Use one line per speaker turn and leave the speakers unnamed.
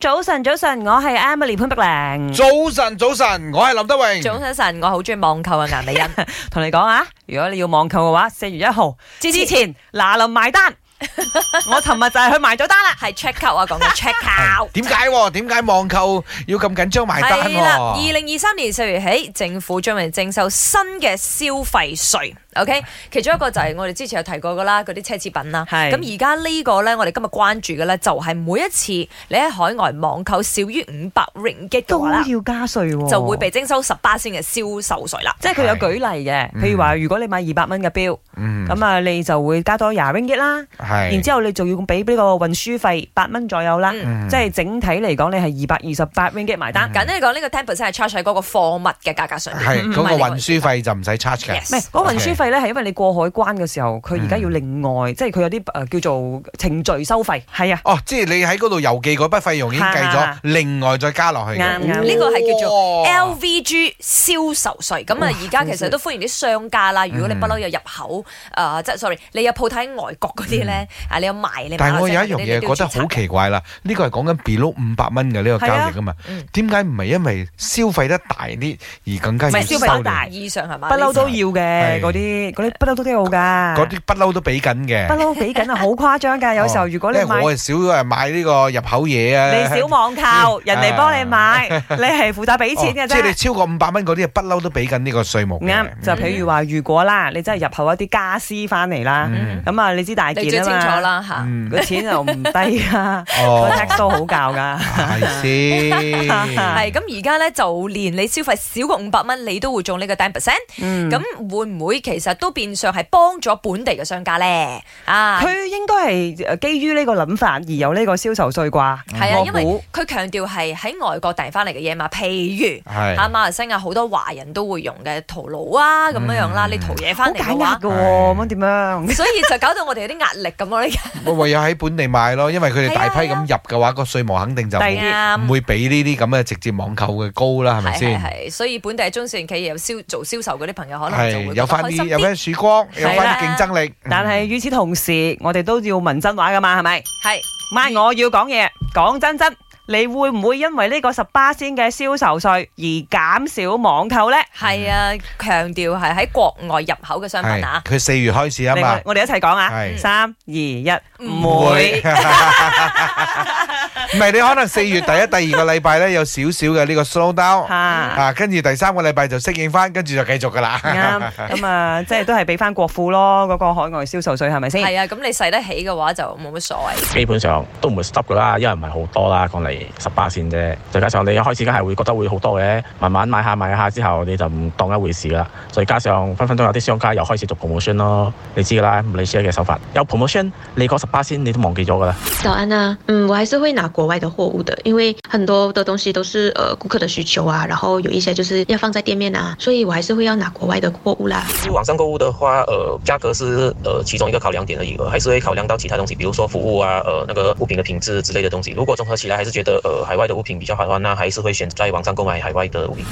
早晨，早晨，我係 Emily 潘碧玲，
早晨，早晨，我係林德榮。
早晨晨，我好中意網購啊，顏美欣。
同你講啊，如果你要網購嘅話，四月一號之
前
前嗱臨埋 單，我尋日就係去埋咗單啦。
係 check out 啊，講緊 check out。
點解喎？點解網購要咁緊張埋單
係
喎？
啦，二零二三年四月起，政府將會徵收新嘅消費稅。OK，其中一個就係我哋之前有提過噶啦，嗰啲奢侈品啦。
係
咁而家呢個咧，我哋今日關注嘅咧，就係每一次你喺海外網購少於五百 ringgit 嘅
都
話啦，
要加稅喎，
就會被徵收十八先嘅銷售稅啦。
即係佢有舉例嘅，
嗯
譬如話如果你買二百蚊嘅表，
嗯，
咁啊你就會加多廿 ringgit 啦，
係，
然之後你仲要俾呢個運輸費八蚊左右啦，
嗯，
嗯
即係整體嚟講你係二百二十八 ringgit 埋單。
簡單嚟講，呢個 ten percent 係 charge 喺嗰個貨物嘅價格上面。
係
唔係
嗰個
你個
運輸費就唔使 charge 嘅。
Yes
唔係嗰個運輸
Okay
費咧，係因為你過海關嘅時候，佢而家
嗯
要另外，即係佢有啲誒、呃叫做程序收費，係啊，
哦，即係你喺嗰度郵寄嗰筆費用已經計
係係
咗
係，
另外再加落去嘅。
啱啱
呢個係叫
做
LVG 銷售稅，咁
哇
啊而家其實都歡迎啲商家啦。如果你
嗯
不嬲有入口，誒即係 sorry，你有鋪頭喺外國嗰啲咧，啊你有賣你買
嗯但係我有
嗰
一
啲
樣嘢
你都
覺得
要註冊
好奇怪啦，呢個係講緊 below 五百蚊嘅呢個交易啊嘛
嗯，
點解唔係因為消費得大啲而更加
唔
要
係消費
收
得
你
大
以上係
不
嘛？
嬲都
啊呢
要嘅
係
嗰啲，嗰啲不嬲都都有㗎，
嗰啲不嬲都俾緊嘅
不。嬲俾緊啊，好誇張㗎！有時候
哦
如果你
因為
買，
我係少誒買呢個入口嘢啊，
你少網購，人哋幫你買，你係負責俾錢嘅
嗯哦即係你嗯
啫。
超過五百蚊嗰啲，不嬲都俾緊呢個稅目嘅。
啱，就譬如話，如果啦，你真係入口一啲家私翻嚟啦，
嗯
咁啊，你知大
你最
件
清
啊
楚
嘛，
啦嚇。
嗯，
個錢又唔低啊，個
哦，
tax 都好教㗎。
係先，
係咁而家咧，就連你消費少過五百蚊，你都會中呢個 ten percent。
嗯
咁會唔會其實都變相係幫咗本地嘅商家咧？啊，
佢應該係呃基於呢個諗法而有呢個銷售税啩，
係啊，
我
因為
估
佢強調係喺外國訂翻嚟嘅嘢嘛，譬如。啊，
係
馬來西亞好多華人都會用嘅淘寶啊，咁樣樣啦，
嗯
你淘嘢
好
翻嚟
解
嘅
壓
話
嘅，喎，咁點樣？
所以就搞到我哋有啲壓力咁 咯。呢家
我唯有喺本地買咯，因為佢哋大批咁入嘅話，個稅務肯定就
第
唔
二
唔會比呢啲咁嘅直接網購嘅高啦，係咪
係係
先？
係，所以本地中小型企業有銷做銷售嗰啲朋友可能就會
係有翻
覺得開哦
啲
心
有翻曙光，有
係
翻
啦
競爭力。
但係與此同時，我哋都要問真話㗎嘛，係咪？
係
嗯
唔係我要講嘢，講真真，你會唔會因為呢個十八仙嘅銷售税而減少網購呢？
係啊，強調係喺國外入口嘅商品
係
啊。
佢四月開始啊
嚟
嘛
我，我哋一齊講啊！
係
三二一，
唔會。
唔係你可能四月第一、第二個禮拜咧有少少嘅呢個 slow down
嚇
啊，跟住第三個禮拜就適應翻，跟住就繼續㗎啦。
啱咁啊，即係都係俾翻國庫咯，嗰個海外銷售税係咪先？
係啊，咁你使得起嘅話就冇乜所謂。
基本上都唔會 stop 噶啦，因為唔係好多啦，講嚟十八線啫。再加上你一開始梗係會覺得會好多嘅，慢慢買下買下之後你就唔當一回事啦。再加上分分鐘有啲商家又開始做 promotion 咯，你知噶啦，唔理 share 嘅手法有 promotion，你嗰十八線你都忘記咗噶啦。
早安啊，嗯，我还是会拿国外的货物的，因为很多的东西都是呃顾客的需求啊，然后有一些就是要放在店面啊，所以我还是会要拿国外的货物啦。
去网上购物的话，呃，价格是呃其中一个考量点而已，呃，还是会考量到其他东西，比如说服务啊，呃，那个物品的品质之类的东西。如果综合起来，还是觉得呃海外的物品比较好的话，那还是会选在网上购买海外的物品。